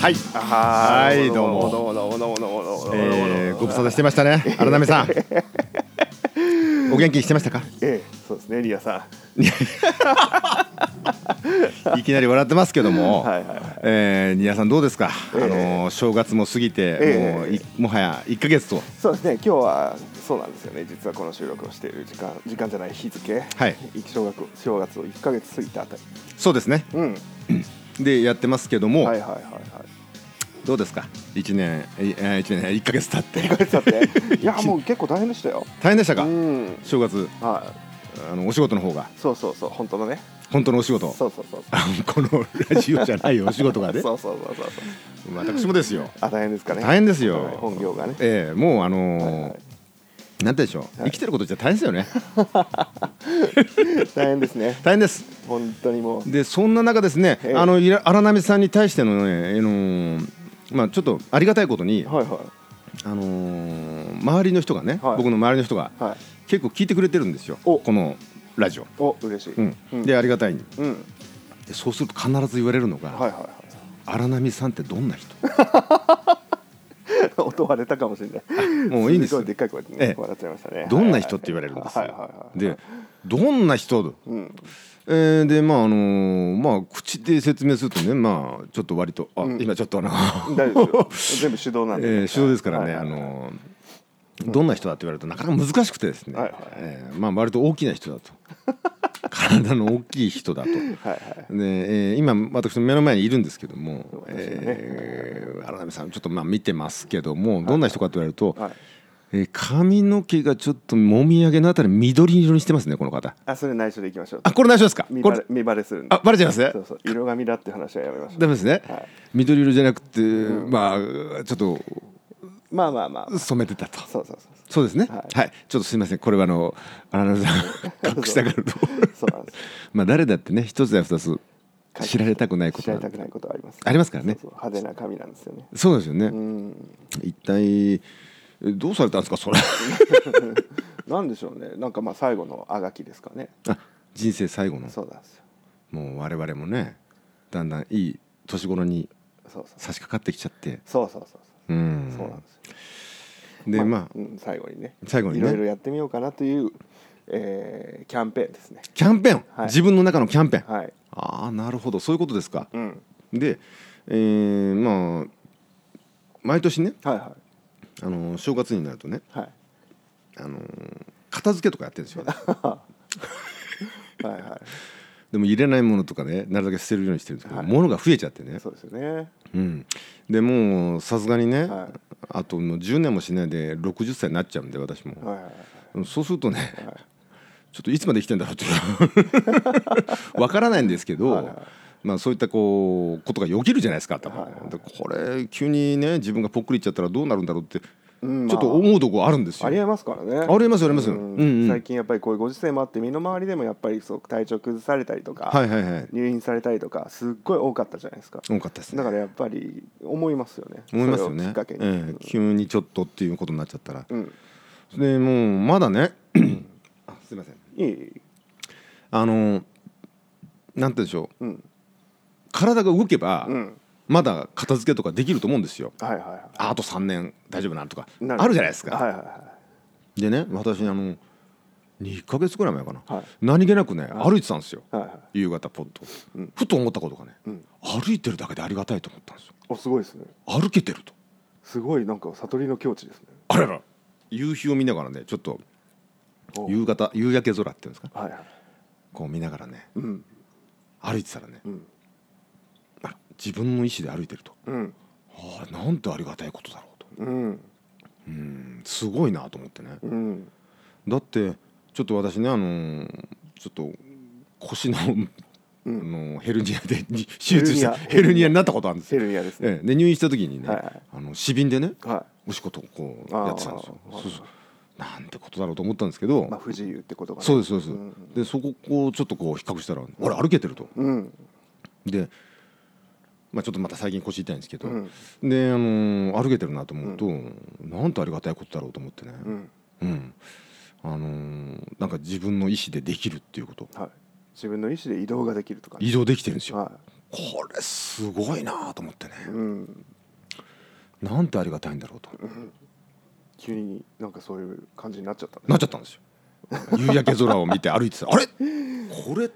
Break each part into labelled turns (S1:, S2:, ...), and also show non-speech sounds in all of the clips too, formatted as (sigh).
S1: はい、
S2: はいどうも
S1: どうもどうもどうもどうもどうもどうもどうも
S2: えーご無沙汰してましたね荒波さん
S1: (laughs)
S2: お元気してましたか
S1: ええそうですね、リアさ
S2: いきなり笑ってますけども
S1: はいはいはい
S2: えー、ニアさんどうですか、
S1: ええ
S2: あのー正月も過ぎて、
S1: ええ
S2: もういもはや1か月と
S1: ん。そうですね、今日はそうなんですよね。実はこの収録をしている時間、時間じゃない日付。
S2: はい
S1: 正月正月を一ヶ月過ぎたあたり。
S2: そうですね
S1: うん。
S2: でやってますけども、
S1: はいはいはいはい。
S2: どうですか1年いえー一年1か月経っ
S1: (laughs)
S2: て
S1: 疲れち
S2: (laughs)
S1: ゃって。いやもう結構大変でしたよ。
S2: 大変でした
S1: う
S2: か、
S1: ん。
S2: 正月
S1: は
S2: あのお仕事の方が
S1: い。そうそうそう、本当のね。
S2: 本当のお仕
S1: そ
S2: 事
S1: うそうそうそう。
S2: あの (laughs) このラジオじゃないお仕事がね
S1: (laughs) そうそうそうそう。
S2: 私もですよ
S1: あ大変ですかね。
S2: 大変ですよ
S1: はい本業がね。
S2: ええもうあのー
S1: はいはい
S2: なんて言うんでしょう、生きてることじゃ大変ですよね
S1: 大変ですね。
S2: 大変です
S1: 本当にもう。
S2: でそんな中ですね、
S1: ええ
S2: あのいら荒波さんに対してのね、あのーまあ、ちょっとありがたいことに、
S1: はいは
S2: あのー周りの人がね、
S1: はい
S2: 僕の周りの人が
S1: いはい。
S2: 結構聞いてくれてるんですよ
S1: お
S2: このラジオ、
S1: お嬉しい。
S2: うん
S1: うん
S2: でありがたいに
S1: うん。
S2: でそうすると必ず言われるのが、
S1: はいはいはい。
S2: 荒波さんってどんな人
S1: 音割れたかもしれない。
S2: もういいんです
S1: ごでっかい声で
S2: ええ
S1: ね、笑っちゃいましたね。
S2: どんな人って言われるんですよ
S1: はいはいはい。
S2: でどんな人
S1: うん、
S2: えーでまああのーまあ口で説明するとねまあちょっと割とあ、今ちょっとあの
S1: 大丈夫ですよ。全部手動なん
S2: (laughs)
S1: で。
S2: えー手動ですからね、
S1: はいはいはい
S2: あのーどんな人だって言われるとなかなか難しくてですね、
S1: はいはい
S2: えーまあ、割と大きな人だと (laughs) 体の大きい人だと。
S1: はいはい。
S2: でえー今私の目の前にいるんですけども、
S1: うですよね
S2: えー荒波さんちょっとまあ見てますけどもどんな人かと言われると、
S1: はい
S2: えー髪の毛がちょっともみあげのあたり緑色にしてますねこの方
S1: あ、それ内緒でいきましょう。
S2: あこれ内緒ですか
S1: 見
S2: こ
S1: バ
S2: れ
S1: レ見バレするんで。
S2: あバレちゃいますね
S1: そうそう。色髪だって話はやめましょ
S2: ダ
S1: う。
S2: メですね、
S1: はい
S2: 緑色じゃなくて、まあちょっと
S1: まあま
S2: (laughs)
S1: あまあ。
S2: 染めてたと
S1: そうそうそう。
S2: そうですね。は
S1: はいい、
S2: ちょっとすみません。これはあの荒波さ
S1: (laughs)
S2: ん隠したがると。
S1: そうなんです。
S2: まあ誰だってね、一つや二つ知られたくないこ
S1: 知
S2: と
S1: ら
S2: な
S1: れ
S2: んで
S1: たくないことはあります。
S2: ありますからね
S1: そうそう派手な髪なんですよね。
S2: そうですよね。
S1: うん。
S2: 一体えどうされたんですかそ
S1: (laughs)
S2: れ。
S1: なんでしょうね。なんかまあ最後のあがきですかね。
S2: あ人生最後の
S1: そうなんですよ。
S2: もう我々もね、だんだんいい年頃に
S1: そうそう。
S2: 差し掛かってきちゃって、
S1: そうそう
S2: う。
S1: そうそう。そうなんんですよ。
S2: でまあ、
S1: うん、最後にね
S2: 最後にね
S1: いろいろやってみようかなという、えーキャンペーンですね
S2: キャンペーン、
S1: はい
S2: 自分の中のキャンペーン。
S1: はい
S2: ああなるほどそういうことですか。
S1: うん
S2: で、えー、まあ毎年ね、
S1: はいは
S2: あの正月になるとね。
S1: いはい
S2: あのー片付けとかやってるんですよ
S1: はいは
S2: でも入れないものとかねなるだけ捨てるようにしてるんですけど、
S1: はい
S2: 物が増えちゃってね
S1: いそうですよね
S2: うん、でもうさすがにね、
S1: はい
S2: あともう10年もしないで60歳になっちゃうんで私も、
S1: はいはいはい
S2: そうするとね、ちょっといつまで生きてんだろうという
S1: (laughs)
S2: わからないんですけど、
S1: はいはい
S2: まあ、そういったこうことがよぎるじゃないですか頭、
S1: はいはい
S2: でこれ急にね自分がぽっくりいっちゃったらどうなるんだろうって、
S1: うん
S2: ちょっと思うとこあるんですよ。
S1: ありえますからね
S2: ありえますありえます
S1: う
S2: う
S1: ん
S2: んうん
S1: 最近やっぱりこういうご時世もあって身の回りでもやっぱりそう体調崩されたりとか、
S2: はいはいはい
S1: 入院されたりとかすっごい多かったじゃないですか
S2: 多かったですね
S1: だからやっぱり思いますよね
S2: 思いますよ
S1: それ
S2: ね
S1: をきっかけに、
S2: ええ急にちょっとっていうことになっちゃったら、
S1: うん
S2: でもうまだねあすいません
S1: いい
S2: あのなんて言うんでしょう
S1: うん
S2: 体が動けば、
S1: うん
S2: まだ片付けとかできると思うんですよ
S1: はいはいは
S2: ああと3年大丈夫なとか
S1: いな
S2: あるじゃないですか、
S1: はいはいは
S2: でね私あの2ヶ月ぐらい前かな、
S1: はい
S2: 何気なくね、歩いてたんですよ、
S1: いはいはい
S2: 夕方ポッと、ふと思ったことがね、歩いてるだけでありがたいと思ったんですよ
S1: おすごいですね
S2: 歩けてると
S1: すごいなんか悟りの境地ですね。
S2: あらら夕日を見ながらねちょっと
S1: お
S2: 夕方夕焼け空っていうんですか
S1: はいはい。
S2: こう見ながらね
S1: うん
S2: 歩いてたらね、
S1: うん
S2: あら自分の意思で歩いてると
S1: うん
S2: ああなんてありがたいことだろうと
S1: うん
S2: うんすごいなと思ってね
S1: うん
S2: だってちょっと私ねあのーちょっと腰の、あのヘルニアでに手術したヘ
S1: ヘルニア
S2: ルニアになったことあるんです
S1: セ
S2: よ、
S1: ルニアですね。
S2: ええで入院した時にね、
S1: はいはい
S2: あの死便でね
S1: は
S2: お仕事をこう
S1: あー
S2: やってたんですよ
S1: はい
S2: そうそうなんてことだろうと思ったんですけど、
S1: い。まあ不自由ってことがね。
S2: そうですそうです、
S1: ん
S2: でそこをこうちょっとこう比較したら俺歩けてると
S1: うん
S2: で、まあ、ちょっとまた最近腰痛いんですけど、
S1: うん
S2: で、あのー歩けてるなと思うと、なんとありがたいことだろうと思ってね、
S1: うん
S2: うんあのーなんか自分の意思でできるっていうこと
S1: はい、自分の意思で移動ができるとか、
S2: 移動できてるんですよ、
S1: は
S2: これすごいなと思ってね、
S1: いうん、
S2: なんてありがたいんだろうと
S1: 急になんかそういう感じになっちゃったね、
S2: なっちゃったんですよ夕焼け空を見て歩いてたあれこれ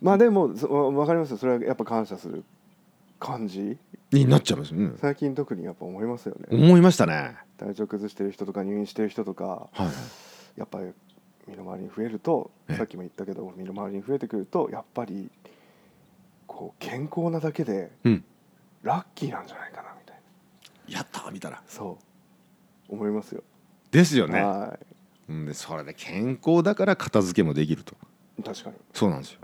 S1: まあでもそわかりますよそれはやっぱ感謝する感じ
S2: になっちゃいますよね
S1: 最近特にやっぱ思いますよね
S2: 思いましたね
S1: 体調崩してる人とか入院してる人とか
S2: はい
S1: やっぱり身の回りに増えると
S2: ええ
S1: さっきも言ったけど身の回りに増えてくるとやっぱりこう健康なだけで
S2: うん
S1: ラッキーなんじゃないかなみたいな
S2: やったみたいな
S1: そう思いますよ、
S2: ですよね
S1: は
S2: うんでそれで健康だから片付けもできると
S1: い確かに、
S2: そうなんですよ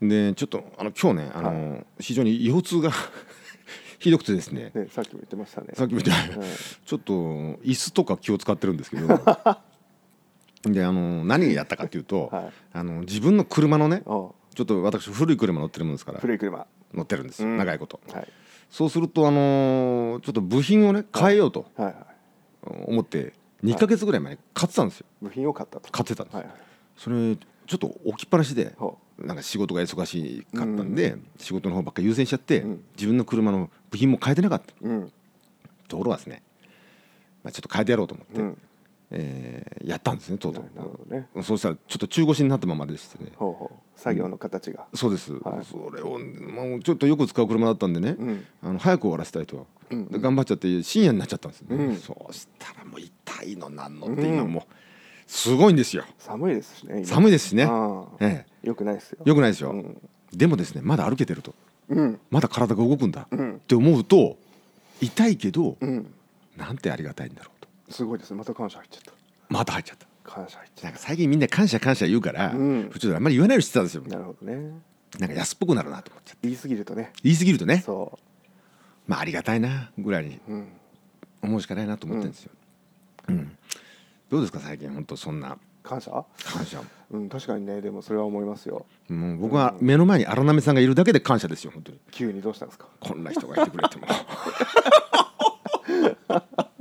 S1: うん、
S2: でちょっとあの今日ねあの、非常に腰痛が (laughs) ひどくてですね
S1: ねさっきも言ってましたね
S2: さっきみたいに
S1: うん
S2: ちょっと椅子とか気を使ってるんですけどであの何やったかっていうと、
S1: はい
S2: あの自分の車のね
S1: お
S2: ちょっと私古い車乗ってるもんですから
S1: 古い車は
S2: 乗ってるんですよ、
S1: うん
S2: 長いこと
S1: いはい
S2: そうするとあのーちょっと部品をね変えようと
S1: はい
S2: 思って2ヶ月ぐらい前に買ってたんですよ
S1: 部品を買ったと
S2: 買ってたんです
S1: はい
S2: よ
S1: はい
S2: それちょっと置きっぱなしで
S1: ほ
S2: なんか仕事が忙しかったんで仕事の方ばっか優先しちゃって
S1: うん
S2: 自分の車の部品も変えてなかった
S1: ううん
S2: ところがですねまあちょっと変えてやろうと思
S1: う
S2: って
S1: ん
S2: えーやったんですねとう
S1: な
S2: と
S1: るほどね
S2: うそうしたらちょっと中腰になったままでしてね
S1: ほうほう作業の形が
S2: そうです
S1: はい
S2: それをもうちょっとよく使う車だったんでね
S1: うん
S2: あの早く終わらせたいと、
S1: うん
S2: で頑張っちゃって深夜になっちゃったんですよね、
S1: うん
S2: そうしたらもう痛いのなんのって今もうすごいんですよ
S1: 寒いですしね今
S2: 寒いですしね、
S1: ああ
S2: え
S1: よくないですよ
S2: え、よくないですよ、
S1: うん
S2: でもですねまだ歩けてると
S1: うん
S2: まだ体が動くんだ、
S1: うん
S2: って思うと痛いけど、
S1: うん
S2: なんてありがたいんだろうと
S1: すごいですねまた感謝入っちゃっ
S2: また入っちゃった
S1: た感謝入っちゃ
S2: なん
S1: っ
S2: か最近みんな感謝感謝言うから、
S1: うん
S2: ちょっとあんまり言わないようにしてたんですよ
S1: たなるほどね
S2: なんか安っぽくなるなと思っちゃって
S1: 言い過ぎるとね
S2: 言い過ぎるとね
S1: そ
S2: まあありがたいなぐらいに
S1: ううん
S2: 思うしかないなと思ってるんですよ、うんどうですか最近本当そんな
S1: 感謝
S2: 感謝
S1: うん確かにねでもそれは思いますよ
S2: もう僕は目の前に荒波さんがいるだけで感謝ですよ本当に
S1: 急にどうしたんですか (laughs)
S2: こんな人がいてくれても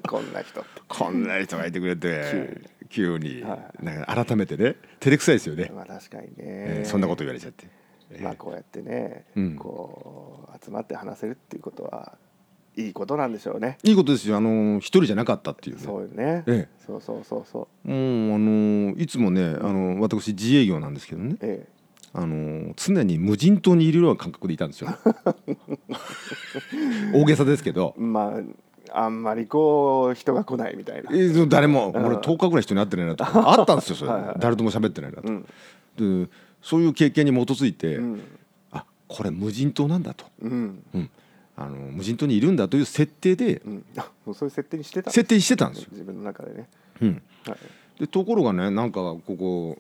S1: こんな人って
S2: こんな人がいてくれて急に
S1: は
S2: なんか改めてね照れくさいですよね、
S1: まあ確かに
S2: え
S1: ね
S2: ーそんなこと言われちゃって、えー
S1: まあこうやってね
S2: うん
S1: こう集まって話せるっていうことはいいことなんでしょうね
S2: いいことですよあのー一人じゃなかったっていう,、ね、
S1: そうよね
S2: え
S1: そうそうそうそう
S2: もうあのーいつもねあのー私自営業なんですけどね
S1: え
S2: あのー常に無人島にいるような感覚でいたんですよ
S1: (laughs)
S2: 大げさですけど
S1: えまああんまりこう人が来ないみたいな
S2: えー、その誰も
S1: うん
S2: 俺10日ぐらい人に会ってないなとかあったんですよそれ
S1: (laughs) はいはい
S2: 誰とも喋ってないなと、
S1: うん
S2: でそういう経験に基づいて、
S1: うん
S2: あこれ無人島なんだと、
S1: うん
S2: うん、あの無人島にいるんだという設定で
S1: うんあもうそういう設定にしてたんです
S2: 設定してたんですよ、
S1: 自分の中でね
S2: うん、
S1: はい
S2: でところがねなんかここ、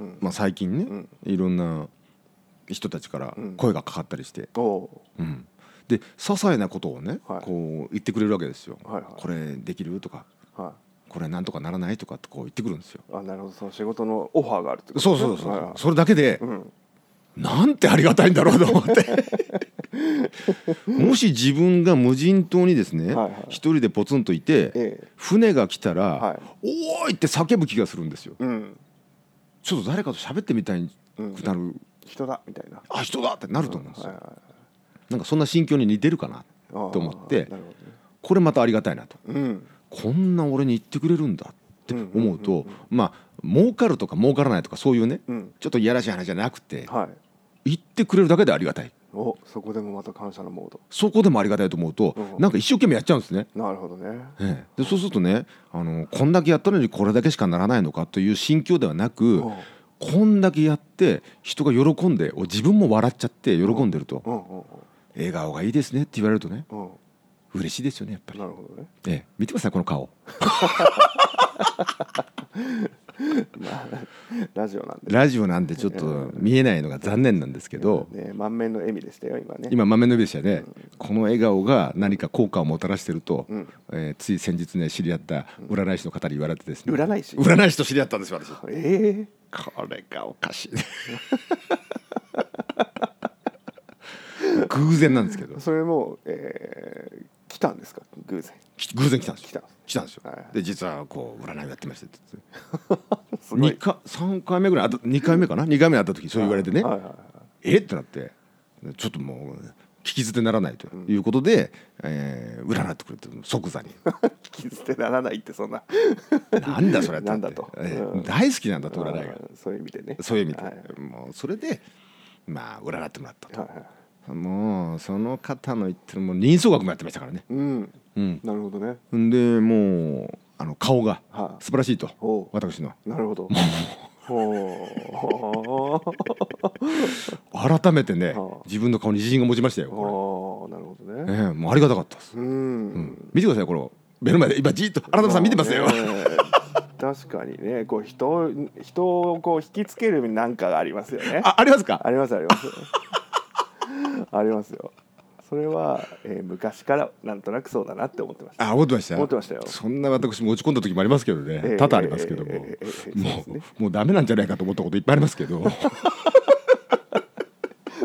S1: うん
S2: まあ、最近ね、
S1: うん
S2: いろんな人たちから
S1: うん
S2: 声がかかったりして、
S1: おお
S2: うん、で些細なことをね、
S1: はい
S2: こう言ってくれるわけですよ、
S1: はいはい
S2: これできるとか
S1: ーは
S2: これなんとかならないとかってこう言ってくるんですよ
S1: いあなるほどその仕事のオファーがあるってこと
S2: そう
S1: ね
S2: そうそう、
S1: はいはい
S2: それだけで、
S1: うん
S2: なんてありがたいんだろうと思って
S1: (laughs)
S2: もし自分が無人島にですね、
S1: はいはい
S2: 一人でポツンといて、
S1: ええ
S2: 船が来たら「
S1: は
S2: おーい!」って叫ぶ気がするんですよ
S1: うん
S2: ちょっと誰かと喋ってみたいになる、
S1: 人だみたいな
S2: あ人だってなると思うんですよ、
S1: はいはい
S2: なんかそんな心境に似てるかな
S1: あー
S2: と思って
S1: なるほどね
S2: これまたありがたいなと
S1: うん
S2: こんな俺に言ってくれるんだって思うと、まあ儲かるとか儲からないとかそういうね、
S1: うん
S2: ちょっといやらしい話じゃなくて
S1: はい
S2: 言ってくれるだけでありがたい
S1: おそこでもまた感謝のモード
S2: そこでもありがたいと思うと、
S1: うん
S2: なんか一生懸命やっちゃうんですね。
S1: なるほどね
S2: ええでそうするとねあのこんだけやったのにこれだけしかならないのかという心境ではなく
S1: うん
S2: こんだけやって人が喜んでお自分も笑っちゃって喜んでると
S1: うんうん
S2: 笑顔がいいですねって言われるとね
S1: うんうん
S2: 嬉しいですよねやっぱり
S1: な、るほどね
S2: ええ、見てくださいこの顔
S1: まあラジオなんで
S2: ラジオなんでちょっと見えないのが残念なんですけど
S1: ね満面の笑みでしたよ今ね
S2: 今豆の上でしたねこの笑顔が何か効果をもたらしてると、
S1: うん
S2: えーつい先日ね知り合った占い師の方に言われてですね
S1: 占い師
S2: 占い師と知り合ったんですよ私
S1: え
S2: これがおかしい偶然なんですけど
S1: それも、えー来たんですか
S2: (laughs)
S1: 偶然
S2: き偶然来たんです
S1: 来
S2: よ
S1: たんで
S2: 来たんですよ
S1: はいはい
S2: で実はこう占いをやってましたって言って
S1: すすごい
S2: 二か3回目ぐらいあと2回目かな2回目会った時そう言われてね
S1: はいはいはい (laughs)
S2: えってなってちょっともう聞き捨てならないということで、えー占ってくれて即
S1: (laughs)
S2: 座に
S1: 聞き捨てならないってそんな
S2: なんだそれって
S1: なんだと
S2: えー
S1: うん
S2: 大好きなんだと占いが
S1: うんそういう意味でね
S2: そういう意味で、
S1: はいはい
S2: もうそれでまあ占ってもらったと、
S1: はい
S2: もうその方の言ってるもう人相学もやってましたからね
S1: うん
S2: うん
S1: なるほどね
S2: んでもうあの顔が
S1: は
S2: 素晴らしいと、
S1: おう
S2: 私の
S1: いなるほど
S2: (laughs)
S1: ほう
S2: 改めてね、
S1: はあ
S2: 自分の顔に自信が持ちましたよこ
S1: ああなるほど
S2: れ、
S1: ね
S2: ええもうありがたかったです、
S1: う
S2: うん
S1: ん
S2: 見てくださいこれ目の前で今じーっと荒田さん見てますよ、
S1: まあね確かにねこう人を人をこう引きつけるなんかがありますよね
S2: あありますか
S1: ありますありますありますよそれは、えー昔からなんとなくそうだなって思ってました
S2: あ思ってました
S1: 思ってましたよ
S2: そんな私も落ち込んだ時もありますけどね、
S1: ええ
S2: 多々ありますけども、
S1: ええええええ
S2: も
S1: そう
S2: う
S1: ですね
S2: もうダメなんじゃないかと思ったこといっぱいありますけど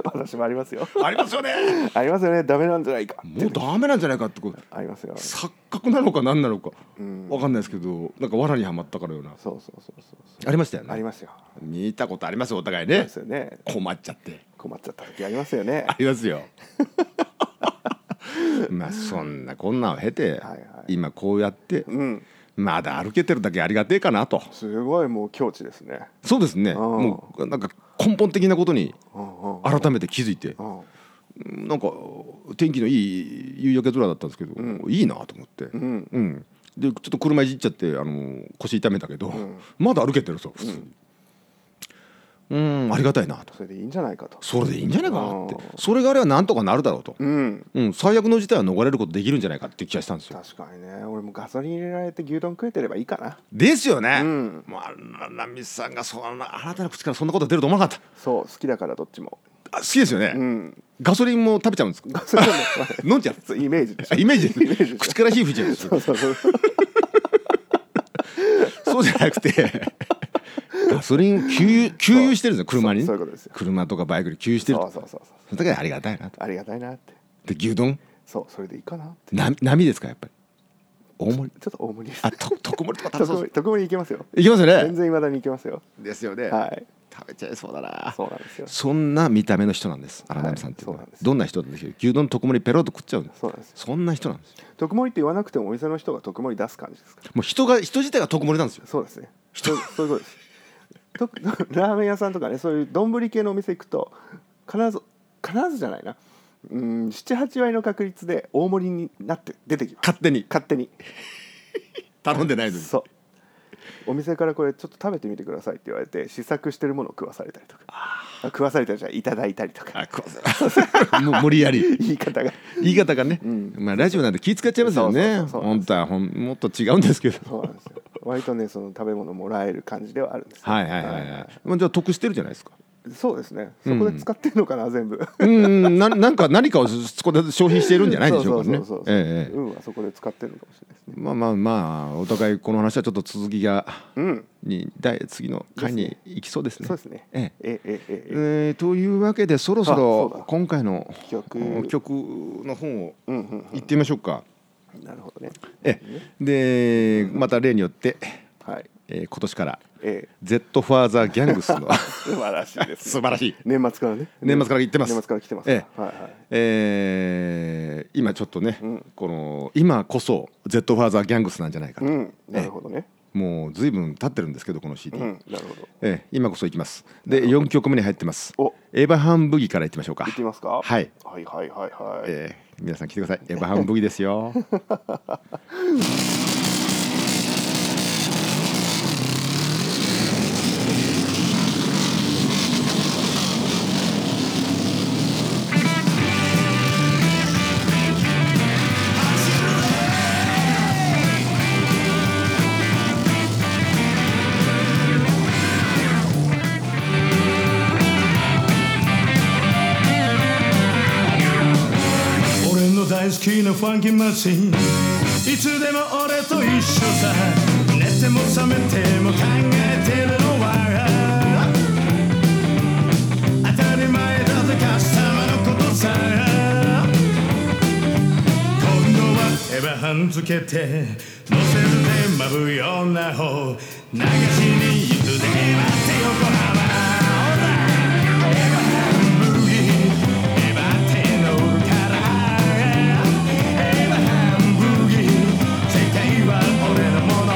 S1: 私も (laughs) ありますよ
S2: ありますよね
S1: ありますよねダメなんじゃないかって
S2: もうダメなんじゃないかってこう
S1: ありますよ
S2: 錯覚なのか何なのか
S1: うん
S2: わかんないですけどなんか藁にはまったからような
S1: そうそうそうそうそ
S2: ありましたよ
S1: うあり
S2: ね
S1: ますよ
S2: 見たことありますよお互い
S1: あり
S2: ね
S1: ますよね
S2: 困っちゃって
S1: 困っちゃった時ありますよね
S2: あり
S1: (laughs)
S2: ますよまあそんなこんなんを経て
S1: はいはい
S2: 今こうやって
S1: うん
S2: まだ歩けてるだけありがてえかなと
S1: すごいもう境地ですね
S2: そうですね
S1: ん
S2: もうなんか根本的なことに
S1: うんうんうん
S2: 改めて気づいてなんか天気のいい夕焼け空だったんですけど、いいなと思って、
S1: ん
S2: うんでちょっと車いじっちゃってあの腰痛めたけど、まだ歩けてるんですよ普通にうんありがたいなと
S1: それでいいんじゃないかと
S2: それでいいんじゃないかなって
S1: あ
S2: それがあればなんとかなるだろうと、
S1: うん
S2: うん、最悪の事態は逃れることできるんじゃないかって気がしたんですよ
S1: 確かにね俺もガソリン入れられて牛丼食えてればいいかな
S2: ですよね、
S1: うん
S2: まあ奈美さんがそんなあなたの口からそんなこと出ると思わなかっ
S1: そう好きだからどっちも
S2: たあ好きですよね、
S1: うん
S2: ガソリンも食べちゃうんです (laughs) か
S1: ガソリンも
S2: 飲んじゃう
S1: そうイメージでし
S2: あ
S1: ょ
S2: イメージ
S1: イメー
S2: で
S1: ジ
S2: す
S1: で
S2: 口から火吹いちゃうんですよ
S1: そうそうそう
S2: そうじゃなくてガソリンを給油給油してるんですよ車にね
S1: そうそういうことですよ
S2: 車とかバイクに給油してる
S1: そ
S2: と
S1: うそうそうそう
S2: その時はありがたいなと
S1: ありがたいなって
S2: で牛丼
S1: そうそれでいいかなって
S2: な波ですかやっぱり大盛り
S1: ちょっと大盛りです
S2: あと特盛りとか食べ
S1: 特
S2: そう
S1: 盛
S2: で
S1: り特盛りいけますよ
S2: すいきますよ
S1: 全
S2: ね
S1: 然いまだにいけますよ
S2: ですよね
S1: はい
S2: 食べちゃいそうだな
S1: そうなんですよ
S2: そんな見た目の人なんです荒波さんっていうの
S1: はいそうな
S2: は
S1: んです
S2: どんな人だったでしょう牛丼特盛りペロッと食っちゃうんです
S1: そうなんですよ
S2: そんな人なんですよ
S1: 特盛りって言わなくてもお店の人が特盛り出す感じですか
S2: もう人が人自体が特盛りなんですよ
S1: そうですねそうそういうことですとラーメン屋さんとかねそういう丼系のお店行くと必ず必ずじゃないなうん78割の確率で大盛りになって出てきます
S2: 勝手に
S1: 勝手に
S2: 頼んでないのに
S1: そうお店からこれちょっと食べてみてくださいって言われて試作してるものを食わされたりとかあ食わされたりじゃないいただいたりとか
S2: あ食わせ (laughs) もう無理やり
S1: 言い方が
S2: 言い方がね、
S1: ん
S2: まあラジオなんて気使っちゃいますよね
S1: そうそうそうそうなん
S2: 本
S1: で
S2: 当はほんもっと違うんですけど
S1: そうなんですよ割とねその食べ物もらえる感じではあるんですよ
S2: はいはいはいはい、まあ、じゃあ得してるじゃないですか
S1: そうですねそこで使ってるのかな、全部
S2: うーんな (laughs) なんか何かをそこで消費してるんじゃないでしょうかね
S1: そうそうそうそう
S2: ええええ
S1: 運はそこで使ってるのかもしれないですね
S2: まあまあまあお互いこの話はちょっと続きが
S1: うん
S2: に第次の回に行きそうですね
S1: そうですね
S2: ええ
S1: えええええ
S2: えーというわけでそろそ
S1: あそう
S2: ろ
S1: だ
S2: 今回の
S1: 曲
S2: 曲の本を
S1: うんうん
S2: 行ってみましょうか、
S1: なるほどね
S2: ええでまた例によって、
S1: はい
S2: えー今年から
S1: ええ
S2: Z ファーザーギャングスの
S1: (laughs) 素晴らしいです
S2: 素晴らしい
S1: 年末からね
S2: 年末から行ってます
S1: 年末から来てます
S2: ええ
S1: はいはい
S2: えー今ちょっとね、
S1: うん
S2: この今こそ Z ファーザーギャングスなんじゃないかと、
S1: うんなるほどね
S2: もう随分経ってるんですけどこの CD、
S1: うんなるほど
S2: ええ今こそ行きますで4曲目に入ってます
S1: お
S2: エヴァハンブギからいってみましょうか
S1: 行ってみますか
S2: はい、
S1: はいはいはいはい
S2: ええ皆さん来てくださいエヴァハンブギですよ
S3: 俺の大好きなファンキーマシンいつでも俺と一緒さ寝ても覚めても考えてるのは当たり前だぜカスタマーのことさつけて乗せるでまぶような方流しに行くではって横浜オーライエバハンブギーエバテのからエバハンブギー世界は俺のもの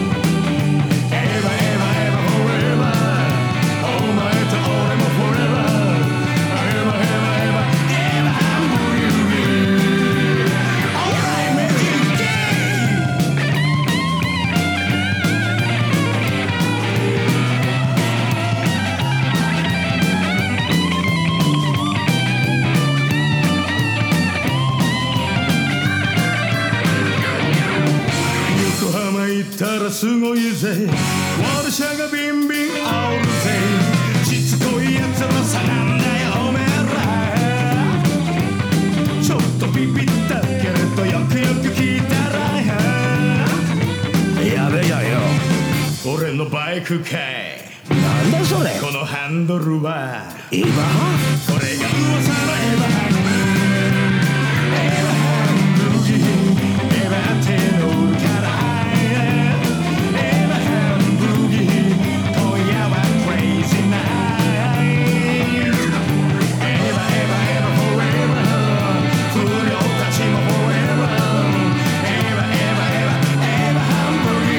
S3: エヴァエヴァエヴァフォーエヴァお前と俺もフォーエヴァエヴァエヴァエヴァ横浜行ったらすごいぜワルシャがビンビンあおるぜしつこいやつらさなんだよおめえらちょっとビビったけれどよくよく聞いたらやべやよ俺のバイクかい
S4: なんだそれ
S3: このハンドルは
S4: 今
S3: これが噂のエヴァハンエヴァハンブギエヴァテのからエヴァハンブギ今夜はクレイジーナイトエヴァエヴァエヴァフォーエヴァ不良たちもフォーエヴァエヴァエヴァエヴァエヴァハンブギ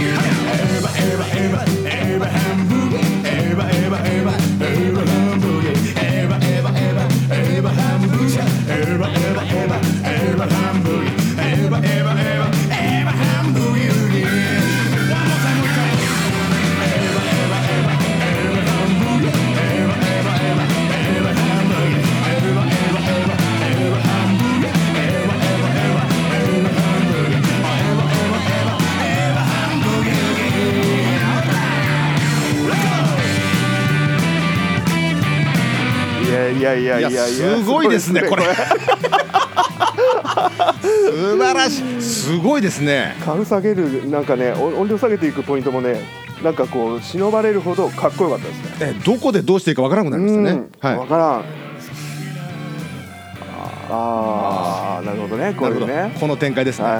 S3: エヴァエヴァエヴァエヴァハンブーゲエヴァエヴァエヴァエヴァハンブーゲエヴァエヴァエヴァエヴァハンブーゲエヴァエヴァエヴァエヴァハンブーゲエヴァエヴァエヴァエヴァハンブーゲ One more time, one more time.
S1: いやいや (laughs) いやいやや
S2: いやすごいですねこれ (laughs) 素晴らしいすごいですね
S1: 軽下げるなんかね音音量下げていくポイントもねなんかこう忍ばれるほどかっこよかったですね
S2: えどこでどうしていいかわからなくなりましたね
S1: うん、
S2: は
S1: 分
S2: い
S1: からんああなるほどねこ
S2: な
S1: う
S2: る
S1: い
S2: ほど
S1: うねはい
S2: この展開ですね
S1: は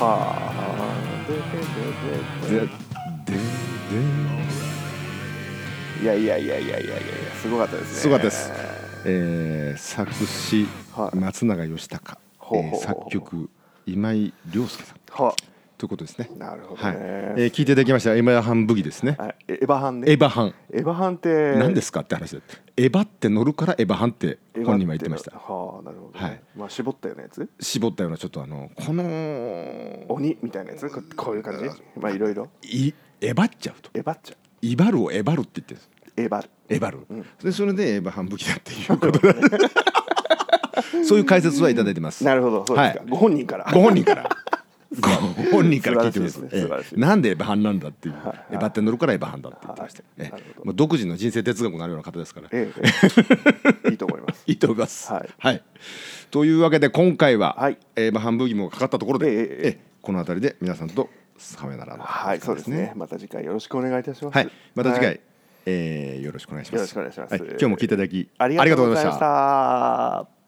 S1: あ
S2: ででで
S1: いやいやいやいやいやいやすごかったですね
S2: すごかったです、えー作詞
S1: はい
S2: 松永義孝、
S1: ほうほう
S2: え
S1: ほ
S2: ー
S1: う
S2: 作曲今井亮介さん
S1: は
S2: ということですね
S1: なるほどね
S2: はいえー聞いていただきましたエヴァハンブギですね
S1: ああエエヴァハンね
S2: エヴァハン
S1: エヴァハンって
S2: 何ですすかって話だエヴァって乗るからエヴァハンって本人は言ってました
S1: はあなるほど、ね
S2: はい
S1: まあ絞ったようなやつ
S2: 絞ったようなちょっとあのこの
S1: 鬼みたいなやつここういう感じまあいろいろ
S2: いエヴァっちゃうと
S1: エヴァっちゃ
S2: 威張るをエヴァるって言ってるんです
S1: エヴァ
S2: エヴァる、でそれでエヴァハンブギだっていうこと
S1: (laughs)
S2: なんでそういう解説はいただいてます
S1: なるほどそうですか、
S2: はい
S1: ご本人から
S2: ご本人から。 (laughs) ご本人から聞いてます。
S1: 素晴らしいですね
S2: ええ
S1: 素晴らしい
S2: なんでエヴァハンなんだっていう、エヴァって乗るからエヴァハンだって言ってました。
S1: はい
S2: ええ
S1: なるほど
S2: まあ独自の人生哲学になるような方ですから。
S1: え
S2: (laughs)
S1: えいいと思います
S2: いいと思います。
S1: はい
S2: というわけで今回は、
S1: はい
S2: エヴァハンブギもかかったところで、
S1: ええええええ
S2: ええこの辺りで皆さんとさよならのお時間
S1: はい、そうですね。。また次回よろしくお願いいたします。
S2: はい。また次回、
S1: はい
S2: ええよろしくお願いします。
S1: よろしくお願いします
S2: は今日も聞いていただき
S1: ありがとうござ
S2: ありが
S1: いまし
S2: とうございました
S1: た。